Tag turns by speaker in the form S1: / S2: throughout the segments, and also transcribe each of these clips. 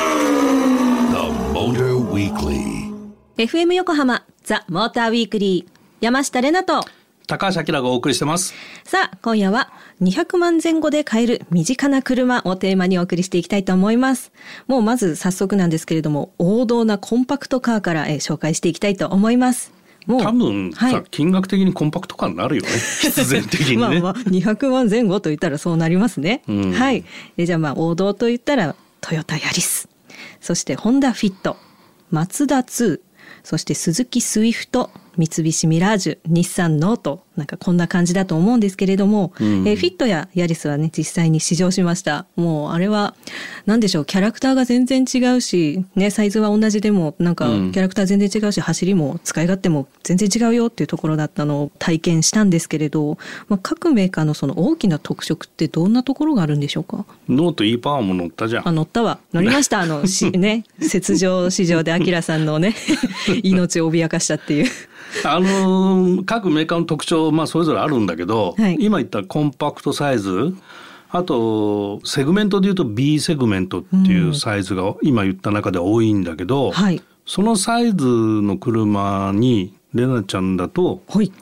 S1: The Motor Weekly.
S2: FM 横浜ザ・モーターウィークリー山下れなと
S3: 高橋明がお送りしてます。
S2: さあ今夜は200万前後で買える身近な車をテーマにお送りしていきたいと思いますもうまず早速なんですけれども王道なコンパクトカーから、えー紹介していきたいと思いますもう
S3: 多分さ、
S2: はい
S3: 金額的にコンパクト感にな るよね。必然的にね。
S2: まあまあ200万前後と言ったらそうなりますね。
S3: うん
S2: はい。えじゃあまあ王道と言ったらトヨタヤリス、そしてホンダフィット、マツダ2、そしてスズキスイフト、三菱ミラージュ、日産ノートなんかこんな感じだと思うんですけれども、
S3: うん
S2: えーフィットやヤリスはね実際に試乗しました。もうあれは何でしょうキャラクターが全然違うしねサイズは同じでもなんかキ
S3: うん
S2: ャラクター全然違うし走りも使い勝手も全然違うよっていうところだったのを体験したんですけれど、まあ、各メーカーのその大きな特色ってどんなところがあるんでしょうか
S3: ノート E パワーも乗ったじゃ
S2: あ
S3: ん。
S2: 乗ったわ乗りましたあ のしね雪上市場でアキラさんのね命を脅かしたっていう
S3: あのー各メーカーの特徴、まあ、それぞれあるんだけど、
S2: はい
S3: 今言ったコンパクトサイズあとセグメントでいうと B セグメントってい
S2: うん
S3: うサイズが今言った中では多いんだけど、
S2: はい
S3: そのサイズの車にレナちゃんだと
S2: ほい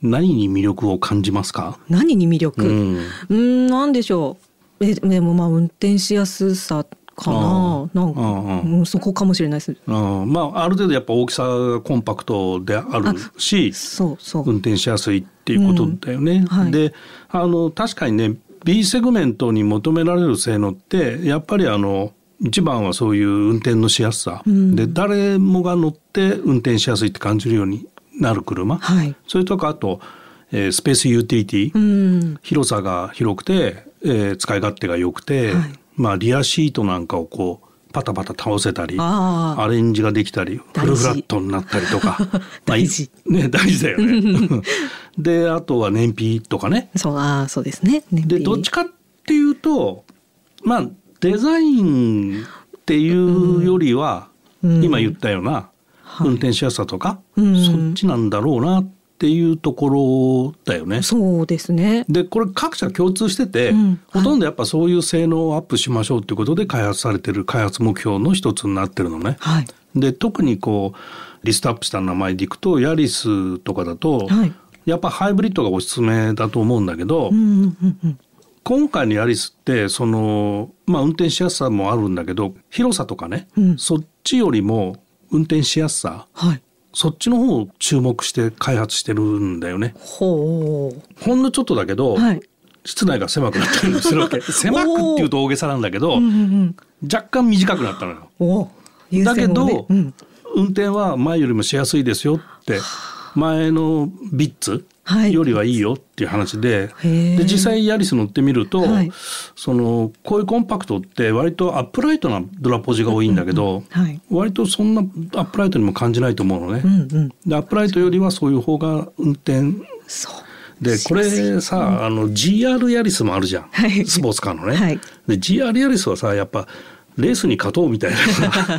S3: 何に魅力を感じますか、
S2: 何に魅力、
S3: うん
S2: うーん、なんでしょう。え、でもまあ運転しやすさかな
S3: あ。
S2: なんか、
S3: うんうん
S2: うん、そこかもしれないです。
S3: うんまあ、ある程度やっぱ大きさがコンパクトであるし
S2: そうそう。
S3: 運転しやすいっていうことだよね。
S2: はい
S3: であの確かにね B セグメントに求められる性能ってやっぱりあの一番はそういう運転のしやすさ、
S2: うん
S3: で誰もが乗って運転しやすいって感じるようになる車、
S2: はい。
S3: それとかあと、えースペースユーティリティ、
S2: うん。
S3: 広さが広くて、えー使い勝手が良くて、
S2: はい
S3: まあ、リアシートなんかをこうパタパタ倒せたり
S2: ああ
S3: アレンジができたり
S2: 大事
S3: フルフラットになったりとかまあ
S2: 大事
S3: ね、大事だよね。 であとは燃費とかね。
S2: そう、ああ、そうですね。燃費
S3: でどっちかっていうとまあデザインっていうよりは、
S2: うん
S3: 今言ったような、
S2: はい
S3: 運転しやすさとか、
S2: うん
S3: そっちなんだろうなっていうところだよね。
S2: そうですね。
S3: でこれ各社共通してて、
S2: うんはい
S3: ほとんどやっぱそういう性能をアップしましょうということで開発されてる開発目標の一つになってるのね。
S2: はい。
S3: で特にこうリストアップした名前でいくとヤリスとかだと、
S2: はい
S3: やっぱハイブリッドがおすすめだと思うんだけど、
S2: うんうんうんうん。
S3: 今回のヤリスってその、まあ、運転しやすさもあるんだけど広さとかね、
S2: うん
S3: そっちよりも運転しやすさ
S2: はい。
S3: そっちの方を注目して開発してるんだよね。
S2: ほ
S3: ほんのちょっとだけど、
S2: う。はい。
S3: 室内が狭くなったりも するわけ狭くっていうと大げさなんだけど、
S2: うんうん
S3: 若干短くなったのよ。
S2: うん。おお。優
S3: だけ
S2: 先をね
S3: ど、
S2: うん。
S3: 運転は前よりもしやすいですよって前のビッツ
S2: はい
S3: よりはいいよっていう話で,、
S2: へー
S3: で実際ヤリス乗ってみると、
S2: はい
S3: そのこういうコンパクトって割とアップライトなドラポジが多いんだけど、
S2: はい。
S3: 割とそんなアップライトにも感じないと思うのね。
S2: うんうん。
S3: でアップライトよりはそういう方が運転
S2: そう。
S3: でこれさ、あの GR ヤリスもあるじゃん、
S2: はい
S3: スポーツカーのね、
S2: はい
S3: で GR ヤリスはさやっぱレースに勝とうみたいな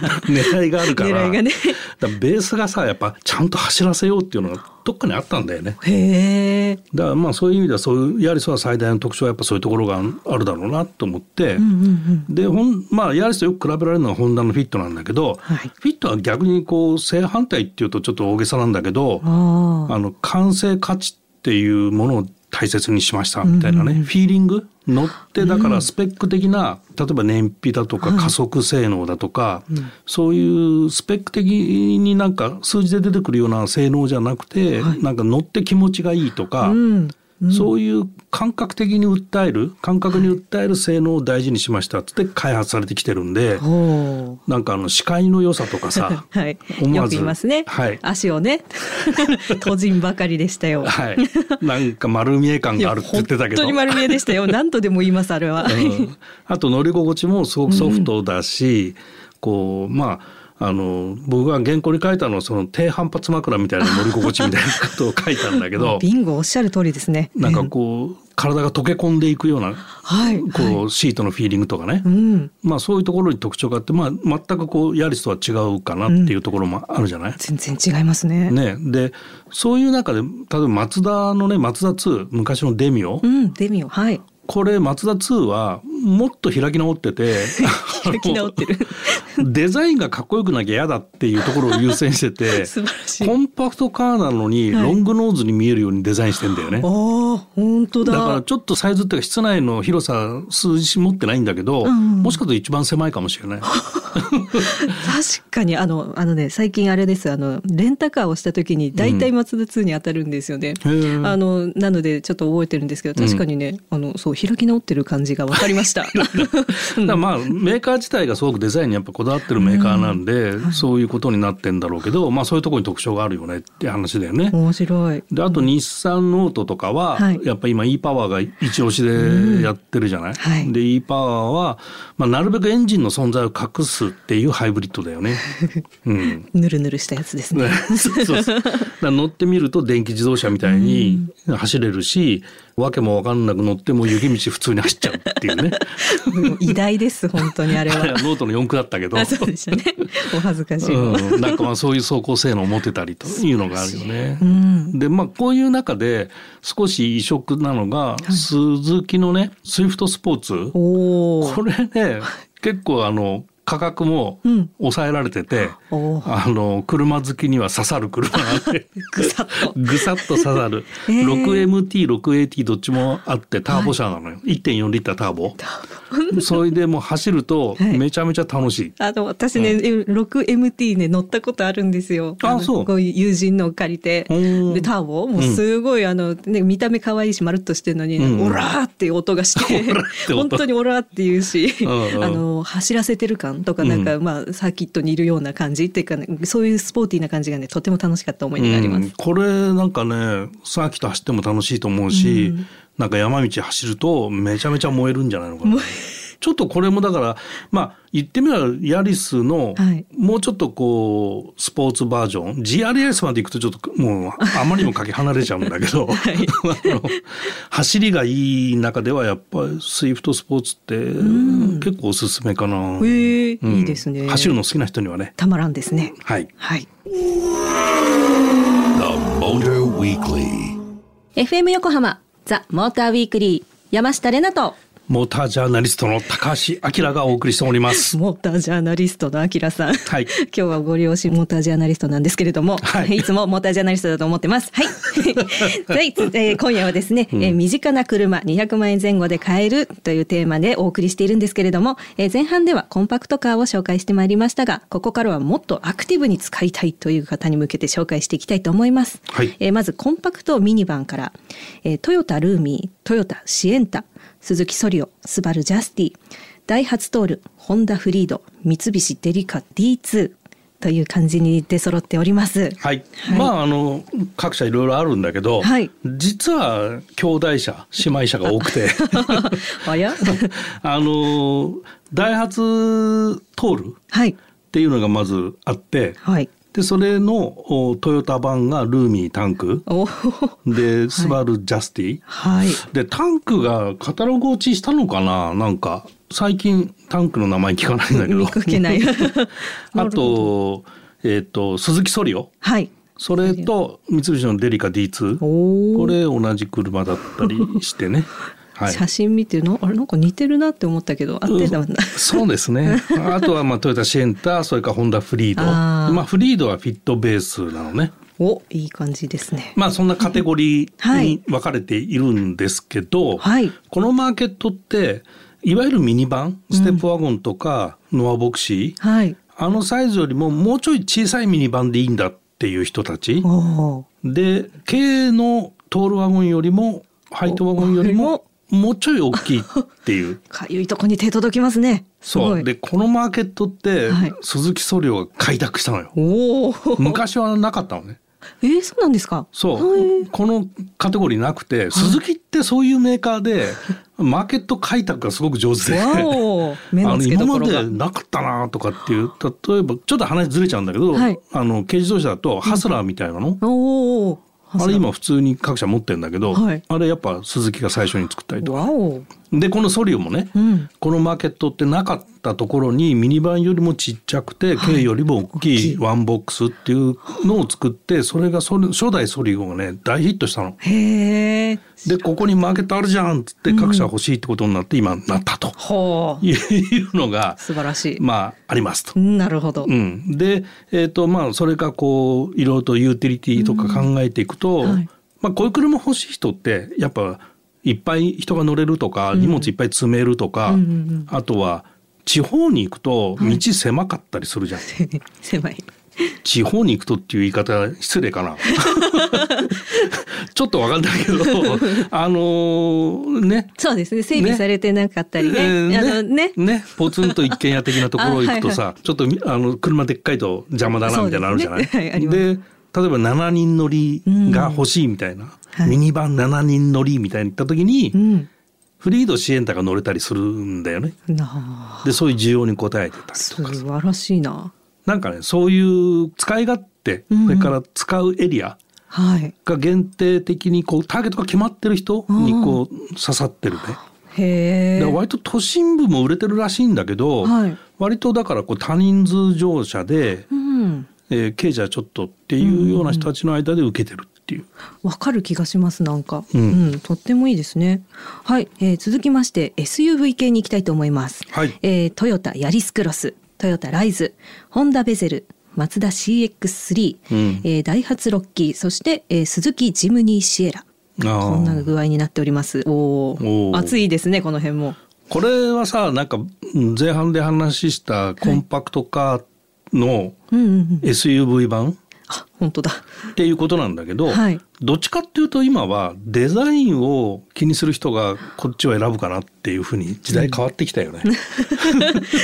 S3: 狙いがあるから
S2: 狙いがね
S3: だからベースがさやっぱちゃんと走らせようっていうのがどっかにあったんだよね
S2: へえ。
S3: だからまあそういう意味ではそういうヤリスは最大の特徴はやっぱそういうところがあるだろうなと思って、
S2: うんうんうん。
S3: でほんまあヤリスとよく比べられるのはホンダのフィットなんだけど、
S2: はい
S3: フィットは逆にこう正反対っていうとちょっと大げさなんだけど、
S2: ああ。
S3: あの完成価値っていうものを大切にしましたみたいなね、フィーリング乗ってだからスペック的な、例えば燃費だとか加速性能だとか、そういうスペック的になんか数字で出てくるような性能じゃなくて、なんか乗って気持ちがいいとか、
S2: うん。
S3: そういう感覚的に訴える感覚に訴える性能を大事にしましたっつって開発されてきてるんで、
S2: ほう。
S3: なんかあの視界の良さとかさ
S2: はい、
S3: 思
S2: よ
S3: わ
S2: く
S3: ず
S2: 言いますね。
S3: はい
S2: 足を ね、閉じんばかりでしたよ。
S3: はい、なんか丸見え感
S2: い
S3: が
S2: や
S3: あるって言ってたけど
S2: 本当に丸見えでした よ。何とでも言いますあれは。
S3: うんあと乗り心地もすごくソフトだし、こうまああの僕が原稿に書いたのはその低反発枕みたいな乗り心地みたいなことを書いたんだけ ど
S2: ビンゴおっしゃる通りですね。
S3: なん
S2: う
S3: かこう体が溶け込んでいくような
S2: はい。
S3: こうシートのフィーリングとかね、
S2: うん。
S3: まあ、そういうところに特徴があって、まあ、全くこうヤリスとは違うかなっていうところもあるじゃない、
S2: 全然違いますね。
S3: ね、でそういう中で例えばマツダのねマツダ2昔のデミオ、
S2: うん。デミオはい。
S3: これマツダ2はもっと開き直ってて
S2: 開き直ってる
S3: デザインがかっこよくなきゃ嫌だっていうところを優先して て
S2: 素晴らしい
S3: コンパクトカーなのに
S2: はい
S3: ロングノーズに見えるようにデザインしてんだよね。
S2: ああ本当だ
S3: だからちょっとサイズっていうか室内の広さ数字持ってないんだけど、
S2: うん
S3: もしかすると一番狭いかもし れない。
S2: 確かにあのあのね最近あれですあのレンタカーをした時に大体マツダ2に当たるんですよね、
S3: へえ
S2: あのなのでちょっと覚えてるんですけど確かにね、あのそう開き直ってる感じが分かりました
S3: だからまあメーカー自体がすごくデザインにやっぱこだわってるメーカーなんで、そういうことになってんだろうけど、まあ、そういうところに特徴があるよねって話だよね。
S2: 面白い
S3: であと日産ノートとかは、
S2: はい
S3: やっぱ今 e パワーが一押しでやってるじゃない、
S2: はい
S3: で e パワーは、まあ、なるべくエンジンの存在を隠すっていうハイブリッド だよね。うん
S2: ぬるぬるしたやつですね
S3: ねそうそうそうだから乗ってみると電気自動車みたいに走れるし、わけもわかんなく乗っても雪道普通に走っちゃうってい うね
S2: もう偉大です本当にあれ
S3: あれ
S2: は
S3: はノートの4区だったけど
S2: あそうでしたねお恥ずかしいわ
S3: うん、なんかまあそういう走行性能を持てたりというのがあるよね。
S2: うん
S3: でまあこういう中で少し異色なのが、スズキのねスイフトスポーツ
S2: おお
S3: これ ね結構あの価格も
S2: うん
S3: 抑えられてて、
S2: おー
S3: あの車好きには刺さる車な んで。
S2: ぐさっと
S3: ぐさっと刺さる、
S2: えー
S3: 6MT6AT どっちもあってターボ車なのよ、1.4リッターターボそれでもう走ると
S2: はい
S3: めちゃめちゃ楽しい、
S2: あの私ね、6MT ね乗ったことあるんですよ。
S3: あ
S2: の
S3: そう
S2: こういう友人のを借りて。
S3: おー
S2: でターボもうすごい、あのね、見た目可愛いしまるっとしてるのに、
S3: うんうん
S2: オラーっていう音がして
S3: オラーって音
S2: 本当にオラーっていうし
S3: うんうん
S2: あの走らせてる感とかなんか、
S3: う
S2: まあ、サーキットにいるような感じっていうか、ね、そういうスポーティーな感じがねとても楽しかった思い出があります。
S3: うんこれなんかねサーキット走っても楽しいと思うし、
S2: うん
S3: なんか山道走るとめちゃめちゃ燃えるんじゃないのかな
S2: 燃。
S3: ちょっとこれもだからまあ言ってみればヤリスの
S2: はい
S3: もうちょっとこうスポーツバージョン、GRS まで行くとちょっともうあまりにもかけ離れちゃうんだけ ど、 あの走りがいい中ではやっぱりスイフトスポーツって結構おすすめかな。
S2: えー
S3: うん
S2: いいですね
S3: 走るの好きな人にはね。
S2: たまらんですね。
S3: はい。
S2: はい、
S1: The Motor Weekly.
S2: FM 横浜ザ・モーターウィークリー山下れなと
S3: モータージャーナリストの高橋明がお送りしております。
S2: モータージャーナリストのあきらさん。
S3: はい
S2: 今日はご利用しモータージャーナリストなんですけれども、
S3: は
S2: はい い、つもモータージャーナリストだと思ってます。 はい。はい、 えー今夜はですね、えー身近な車200万円前後で買えるというテーマでお送りしているんですけれども、えー前半ではコンパクトカーを紹介してまいりましたが、ここからはもっとアクティブに使いたいという方に向けて紹介していきたいと思います。
S3: はい
S2: えーまずコンパクトミニバンから、えートヨタルーミートヨタシエンタスズキソリオスバルジャスティダイハツトールホンダフリード三菱デリカ D2 という感じに出揃っております。
S3: はい、
S2: はい
S3: まああの各社いろいろあるんだけど、
S2: はい
S3: 実は兄弟車姉妹車が多 くて
S2: あや
S3: あのダイハツトールっ
S2: はい
S3: ていうのがまずあって
S2: はい。
S3: でそれのおトヨタ版がルーミータンク
S2: おー
S3: でスバルジャスティ、
S2: はい。
S3: でタンクがカタログ落ちしたのかななんか最近タンクの名前聞かないんだけど。
S2: 見かけない
S3: あとえっ、と鈴木ソリオ
S2: はい。
S3: それと三菱のデリカ D2
S2: おー
S3: これ同じ車だったりし てね。はい。
S2: 写真見てのあれなんか似てるなって思ったけど合ってたもんな。
S3: そうですね。あとはまあトヨタシエンタ、それからホンダフリード。
S2: あー
S3: まあフリードはフィットベースなのね。
S2: おいい感じですね。
S3: まあそんなカテゴリー
S2: は
S3: に
S2: い
S3: 分かれているんですけど、
S2: はい
S3: このマーケットっていわゆるミニバン、ステップワゴンとかノアボクシー、
S2: はい。
S3: あのサイズよりももうちょい小さいミニバンでいいんだっていう人たち。
S2: おー
S3: で軽のトールワゴンよりもハイトワゴンよりももうちょい大きいっていう
S2: かゆいとこに手届きますね。 す
S3: そ
S2: ご
S3: う
S2: い
S3: でこのマーケットって、
S2: はい
S3: 鈴木ソリオが開拓したの よ
S2: おお。
S3: 昔はなかったのね
S2: えー、そうなんです か。
S3: そうこのカテゴリーなくて鈴木ってそういうメーカ ーでマーケット開拓がすごく上手で
S2: わ お。目
S3: あ
S2: の
S3: の
S2: 付け
S3: 今
S2: ど
S3: ま
S2: ころが
S3: で。なかったなとかっていう例えばちょっと話ずれちゃうんだけど、
S2: はい
S3: あの軽自動車だとハスラーみたいなの、
S2: おお。
S3: あれ今普通に各社持ってるんだけど、
S2: はい
S3: あれやっぱ鈴木が最初に作ったりとか
S2: わお。
S3: でこのソリューもね、
S2: うん
S3: このマーケットってなかったところにミニバンよりもちっちゃくて軽よりも大きいワンボックスっていうのを作ってそれがソリ初代ソリューがね大ヒットしたの。
S2: へえ。
S3: でここにマーケットあるじゃんっつって各社欲しいってことになって今なったと
S2: ほう。
S3: いうのが
S2: 素晴らしい。
S3: まあありますと。
S2: なるほど。
S3: うん、で、えーとまあ、それがこういろいろとユーティリティとか考えていくと、
S2: うんはい
S3: まあ、こういう車欲しい人ってやっぱいっぱい人が乗れるとか、荷物いっぱい積めると
S2: う
S3: か、
S2: んうんうん
S3: あとは地方に行くと
S2: い
S3: 道狭かったりするじゃん、
S2: 狭い。
S3: 地方に行くとっていう言い方失礼 かな ちょっとわかんないけどあのーね
S2: そうですね。整備
S3: ね
S2: されてなかったりね。
S3: えー
S2: あのね。
S3: ねポツンと一軒家的なところ行くとさちょっとみあの車でっかいと邪魔だなみたいなのあるじゃない
S2: そうですねはいあります
S3: で例えば7人乗りが欲しいみたいな、
S2: はい
S3: ミニバン7人乗りみたいに言った時に、
S2: うん。
S3: フリードシエンタが乗れたりするんだよね
S2: なあ。
S3: でそういう需要に応えてたり
S2: 素
S3: とか
S2: 晴らしいな。
S3: なんかねそういう使い勝手、
S2: うんうん
S3: それから使うエリア
S2: はい。
S3: が限定的にこうターゲットが決まってる人にこう刺さってるね。
S2: へえ
S3: で。割と都心部も売れてるらしいんだけど、
S2: はい
S3: 割とだからこう多人数乗車で、
S2: うん。
S3: えー経済はちょっとっていうような人たちの間で受けてるっていう。
S2: わかる気がしますなんか、う
S3: うんん
S2: とってもいいですねはい、えー続きまして SUV 系に行きたいと思います、
S3: はい
S2: えートヨタヤリスクロストヨタライズホンダベゼルマツダ CX3、
S3: うん
S2: えーダイハツロッキーそして、えースズキジムニーシエラ
S3: あー
S2: こんな具合になっておりますお
S3: お
S2: お
S3: ー
S2: 暑いですねこの辺も
S3: これはさなんかうん前半で話したコンパクトカーの
S2: うんうんうん
S3: SUV 版
S2: あ本 当だ
S3: っていうことなんだけど、
S2: はい
S3: どっちかっていうと今はデザインを気にする人がこっちを選ぶかなっていうふうに時代変わってきたよね。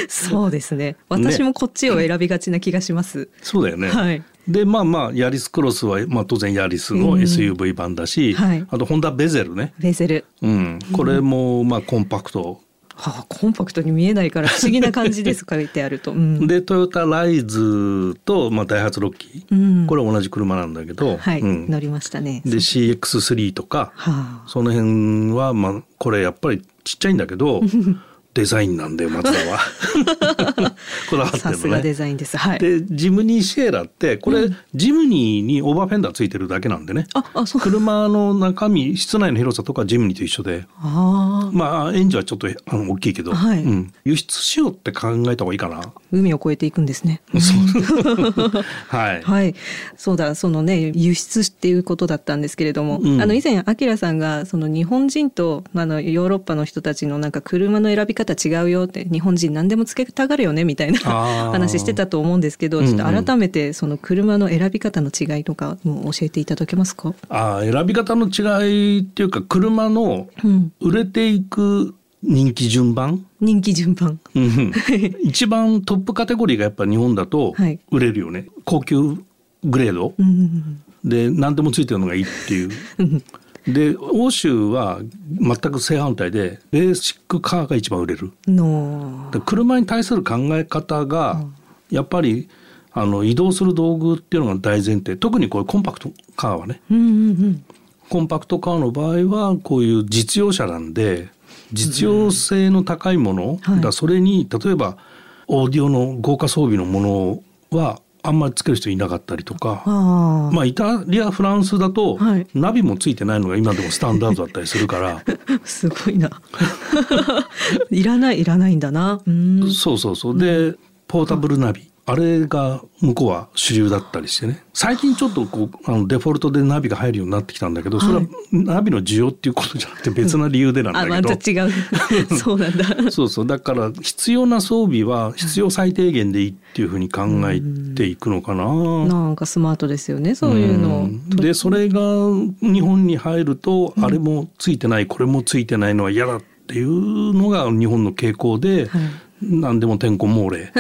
S2: そうですね私もこっちを選びがちな気がします、
S3: そうだよね。
S2: はい
S3: でまあまあヤリスクロスは、まあ、当然ヤリス
S2: う
S3: の
S2: ん
S3: SUV 版だし、
S2: はい
S3: あとホンダベゼルね、
S2: ベゼル
S3: うん、これもまあコンパクト、
S2: はあ、コンパクトに見えないから不思議な感じです書いてあると。うん、
S3: でトヨタライズと、まあ、ダイハツロッキ
S2: う
S3: ー、
S2: ん
S3: これは同じ車なんだけど、
S2: はい、
S3: うん
S2: 乗
S3: で
S2: りましたね。
S3: CX3 とか、
S2: はあ、
S3: その辺は、まあ、これやっぱりちっちゃいんだけどデザインなんだよ松田 は。こだわって
S2: さす
S3: るの
S2: が
S3: ね
S2: デ。ザインです。はい。
S3: でジムニーシェーラってこれ、ジムニーにオーバーフェンダーついてるだけなんでね
S2: あ、あ、そう。
S3: 車の中身室内の広さとかジムニーと一緒で
S2: ああ、
S3: まあエンジンはちょっとあの大きいけど、
S2: はい
S3: うん、輸出しようって考えた方がいいかな。
S2: 海を越えていくんですね。
S3: はい、
S2: はい、そうだ、そのね、輸出っていうことだったんですけれども、
S3: うん
S2: あの以前、アキラさんがその日本人とあのヨーロッパの人たちのなんか車の選び方違うよって、日本人何でもつけたがるよねみたいな
S3: あー
S2: 話してたと思うんですけど、ちょっと
S3: うんうん
S2: 改めてその車の選び方の違いとかも教えていただけますか？
S3: あー選び方の違いっていうか車の
S2: うん、
S3: 売れていく人気順番、
S2: 人気順番。
S3: う んうん、一番トップカテゴリーがやっぱ日本だと
S2: はい
S3: 売れるよね、高級グレード
S2: うんうんうん
S3: で何でもついてるのがいいっていう。で欧州は全く正反対でベーシックカーが一番売れる。
S2: の
S3: で車に対する考え方がやっぱりあの移動する道具っていうのが大前提特にこういうコンパクトカーはね
S2: うんうんうん
S3: コンパクトカーの場合はこういう実用車なんで実用性の高いもの、
S2: はい
S3: だそれに例えばオーディオの豪華装備のものはあんまりつける人いなかったりとか。
S2: ああ、
S3: まあ、イタリアフランスだと、
S2: はい
S3: ナビもついてないのが今でもスタンダードだったりするから
S2: すごいな いらないいらないんだなうーん
S3: そうそうそうでポータブルナビあれが向こうは主流だったりしてね最近ちょっとこうあのデフォルトでナビが入るようになってきたんだけどそれは
S2: はい
S3: ナビの需要っていうことじゃなくて別な理由でなんだ
S2: あ
S3: けど、
S2: また違 うそうなんだ
S3: そうそうだから必要な装備は必要最低限でいいっていうふうに考えていくのかな。
S2: なんかスマートですよねそういうの
S3: ん でそれが日本に入ると、あれもついてないこれもついてないのは嫌だっていうのが日本の傾向で、
S2: はい
S3: 何でもてんこ盛れ、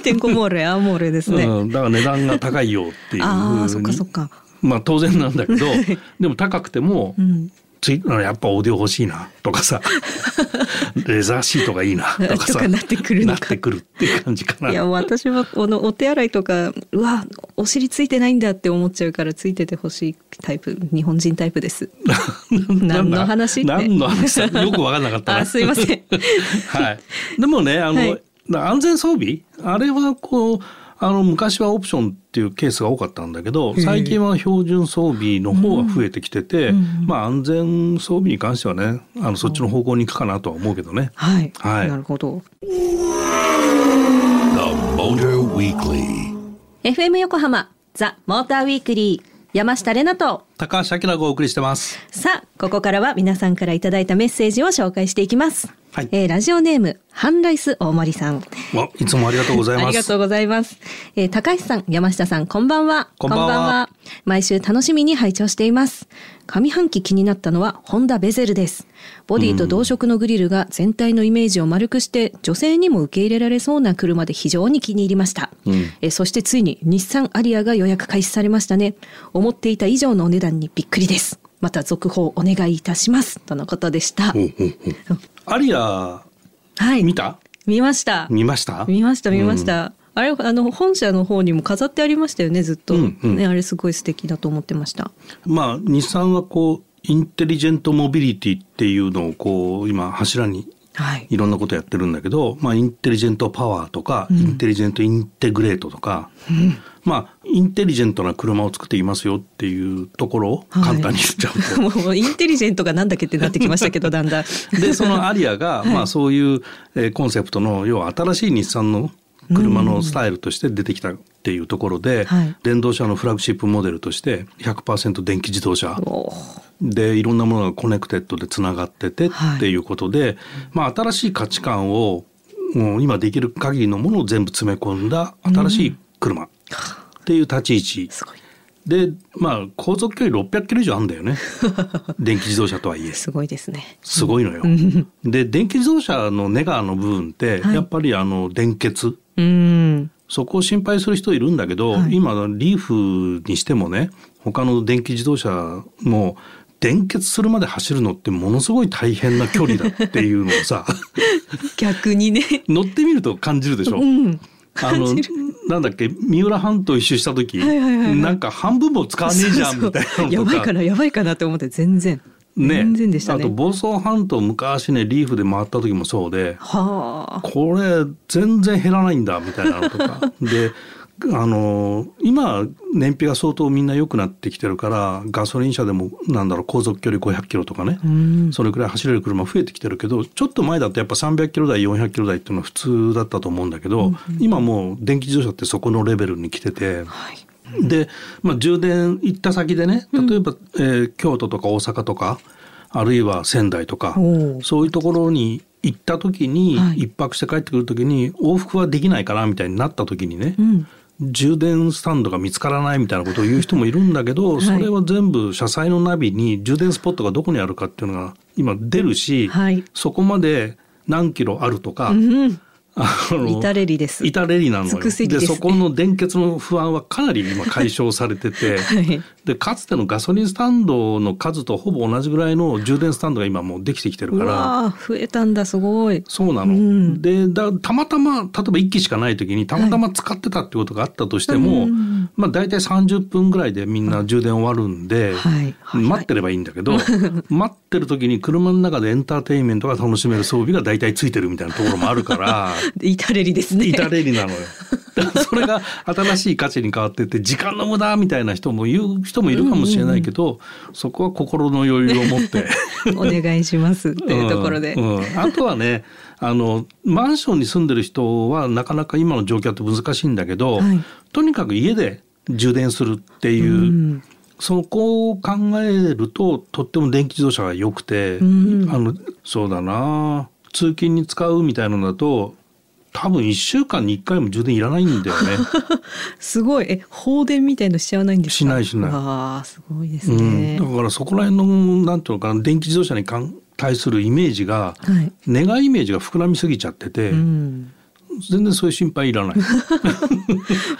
S2: てんこモーレアモーレですね、
S3: うん、だから値段が高いよっていうふうに
S2: ああそっかそっか
S3: まあ当然なんだけどでも高くても
S2: うん
S3: ついやっぱオーディオ欲しいなと かさレザーシートがいいなとか
S2: と
S3: さ
S2: かなってくるの
S3: なっ
S2: か
S3: てくるっていう感じかない
S2: や私はこのお手洗いとかうわお尻ついてないんだって思っちゃうからついててほしいタイプ日本人タイプ です。何の話って
S3: 何の話だよく分かんなかったな
S2: あすいません。
S3: はい、でもねあの、
S2: はい
S3: 安全装備あれはこうあの昔はオプションっていうケースが多かったんだけど
S2: え
S3: 最近は標準装備の方が増えてきてて、
S2: うんうん
S3: まあ、安全装備に関してはねあのそっちの方向に行くかなとは思うけどね。
S2: はい、
S3: はい
S2: なるほど。
S1: The Motor Weekly.
S2: FM 横浜ザ・モーターウィークリー山下れなと
S3: 高橋明がお送りしてます。
S2: さあここからは皆さんからいただいたメッセージを紹介していきます。
S3: はい
S2: えーラジオネームハンライス大森さん。
S3: わいつもありがとうござい
S2: あ
S3: ま
S2: りがと
S3: す。
S2: うございます。えー高橋さん、山下さん、こんばんは。
S3: こんばんは
S2: 毎週楽しみに拝聴しています。上半期気になったのはホンダベゼルです。ボディと同色のグリルが全体のイメージを丸くして、女性にも受け入れられそうな車で非常に気に入りました。えーそしてついに日産アリアが予約開始されましたね。思っていた以上のお値段にびっくりです。また続報お願いいたします。とのことでした。
S3: ほうほうほうアリア
S2: はい。
S3: 見た
S2: 見ました。
S3: 見ました
S2: 見ました見ました、あれあの本社の方にも飾ってありましたよねずっと、
S3: うんうん
S2: ね、あれすごい素敵だと思ってました
S3: まあ、日産はこうインテリジェントモビリティっていうのをこう今柱に
S2: はい
S3: いろんなことやってるんだけど、まあ、インテリジェントパワーとか、インテリジェントインテグレートとか、まあインテリジェントな車を作っていますよっていうところを
S2: はい
S3: 簡単に言っちゃう と。
S2: もうインテリジェントがなんだっけってなってきましたけどだんだん
S3: でそのアリアが、まあ、そういう、えーコンセプトの要は新しい日産の車のスタイルとして出てきたっていうところで、
S2: はい
S3: 電動車のフラッグシップモデルとして100%電気自動車
S2: おー
S3: でいろんなものがコネクテッドでつながってて
S2: はい
S3: っていうことで、まあ、新しい価値観をもう今できる限りのものを全部詰め込んだ新しい車っていう立ち位置、
S2: すごい
S3: で、まあ、航続距離600キロ以上あるんだ よね電気自動車とはいえ
S2: すごいですね
S3: すごいのよ。で電気自動車のネガーの部分って
S2: はい
S3: やっぱりあの電結、
S2: うん
S3: そこを心配する人いるんだけど、
S2: はい
S3: 今リーフにしてもね他の電気自動車も電結するまで走るのってものすごい大変な距離だっていうのを さ
S2: 逆にね
S3: 乗ってみると感じるでしょ。
S2: うん
S3: あの
S2: 感じる
S3: なんだっけ三浦半島一周した時、
S2: はいはいはいはい
S3: なんか半分も使わねえじゃん
S2: そう
S3: みたいな
S2: そう
S3: のとか
S2: やばいかなやばいかなって思って全然、
S3: ね
S2: 全然でした
S3: あと
S2: ね
S3: 房総半島昔ねリーフで回った時もそうで
S2: はあ
S3: これ全然減らないんだみたいなのと かであの今燃費が相当みんな良くなってきてるからガソリン車でもなんだろう航続距離500キロとかね、
S2: うん
S3: それくらい走れる車増えてきてるけどちょっと前だとやっぱ300キロ台400キロ台っていうのは普通だったと思うんだけど、今もう電気自動車ってそこのレベルに来てて。
S2: はい
S3: で、まあ、充電行った先でね例えば、えー京都とか大阪とかあるいは仙台とか
S2: おう
S3: そういうところに行った時に、
S2: はい
S3: 一泊して帰ってくる時に往復はできないかなみたいになった時にね、
S2: うん
S3: 充電スタンドが見つからないみたいなことを言う人もいるんだけど、
S2: はい
S3: それは全部車載のナビに充電スポットがどこにあるかっていうのが今出るし、
S2: はい
S3: そこまで何キロあるとか、
S2: うん
S3: あの
S2: 至れりです
S3: 至れりなの
S2: 尽
S3: よ。
S2: くせりですね
S3: そこの電結の不安はかなり今解消されて て、
S2: はい
S3: でかつてのガソリンスタンドの数とほぼ同じぐらいの充電スタンドが今もうできてきてる
S2: う
S3: から。
S2: わあ増えたんだすごい
S3: そうなの、
S2: うん
S3: でだたまたま例えば1機しかない時にたまたま使ってたってことがあったとしても、
S2: はいうん
S3: まあ、大体30分ぐらいでみんな充電終わるんで、
S2: はいはい
S3: 待ってればいいんだけど 待ってる時に車の中でエンターテインメントが楽しめる装備が大体ついてるみたいなところもあ るから。
S2: 至れりですね
S3: 至れりなのよ。だからそれが新しい価値に変わってて時間の無駄みたいな人も言う人もいるかもしれないけど、そこは心の余裕を持って。
S2: お願いしますっていうところで、
S3: うんうんあとはねあのマンションに住んでる人はなかなか今の状況って難しいんだけど、
S2: はい
S3: とにかく家で充電するっていう、
S2: うん
S3: そこを考えるととっても電気自動車が良くて、
S2: うん
S3: あのそうだな通勤に使うみたいなのだと多分1週間に1回も充電いらないんだよ ね。
S2: すごいえ放電みたいのしちゃわないんですか
S3: しないしない
S2: わあすごいです
S3: うん、
S2: ね、
S3: だからそこら辺のなんていうのかな電気自動車に関対するイメージが
S2: はい
S3: 願いイメージが膨らみすぎちゃってて、
S2: うん
S3: 全然そういう心配い らない。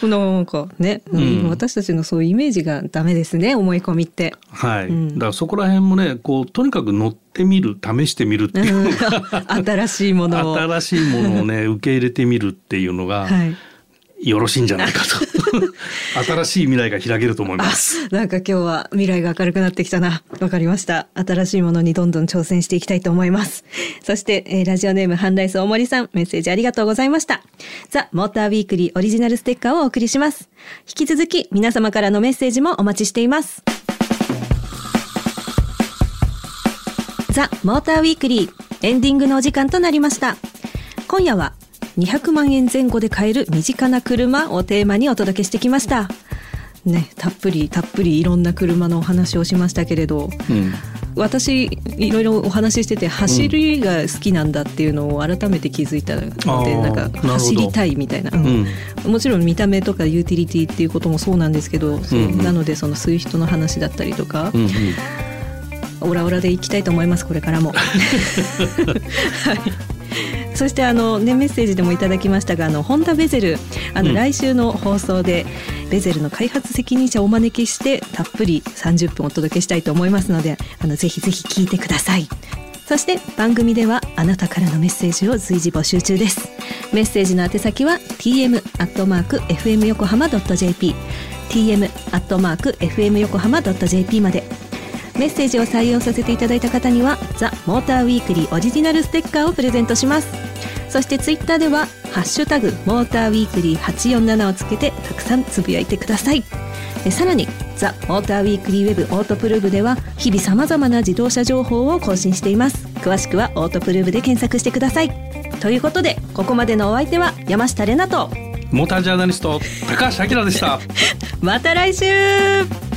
S2: なんかね、
S3: うん
S2: 私たちのそういうイメージがダメですね思い込みって。
S3: はい、
S2: うん
S3: だからそこら辺もねこうとにかく乗ってみる試してみるって
S2: う
S3: いうん
S2: 新しいものを。
S3: 新しいものを ね受け入れてみるっていうのが
S2: はい
S3: よろしいんじゃないかと 新しい未来が開けると思いま
S2: あ
S3: す。
S2: なんか今日は未来が明るくなってきたな。わかりました。新しいものにどんどん挑戦していきたいと思います。そして、えーラジオネームハンライス大森さん、メッセージありがとうございました。ザ・モーターウィークリーオリジナルステッカーをお送りします。引き続き皆様からのメッセージもお待ちしています。ザ・モーターウィークリーエンディングのお時間となりました今夜は200万円前後で買える身近な車をテーマにお届けしてきましたねたっぷりたっぷりいろんな車のお話をしましたけれど
S3: うん
S2: 私いろいろお話ししてて走りが好きなんだっていうのを改めて気づいたので、
S3: あー
S2: なん
S3: なる
S2: か
S3: ほど
S2: 走りたいみたいな、
S3: うん
S2: もちろん見た目とかユーティリティっていうこともそうなんですけど、
S3: うん
S2: なのでそのスイフトの話だったりとか
S3: う、んうん
S2: オラオラでいきたいと思いますこれからも。はいそしてあの、ね、メッセージでもいただきましたがあのホンダベゼルあの、
S3: うん
S2: 来週の放送でベゼルの開発責任者をお招きしてたっぷり30分お届けしたいと思いますのであのぜひぜひ聞いてください。そして番組ではあなたからのメッセージを随時募集中です。メッセージの宛先は tm@fmyokohama.jp tm@fmyokohama.jp まで。メッセージを採用させていただいた方にはザ・モーターウィークリーオリジナルステッカーをプレゼントしますそしてツイッターではハッシュタグモーターウィークリー847をつけてたくさんつぶやいてくださいえさらにザ・モーターウィークリーウェブオートプルーブでは日々様々な自動車情報を更新しています詳しくはオートプルーブで検索してくださいということでここまでのお相手は山下れなと
S3: モータージャーナリスト高橋明でした。
S2: また来週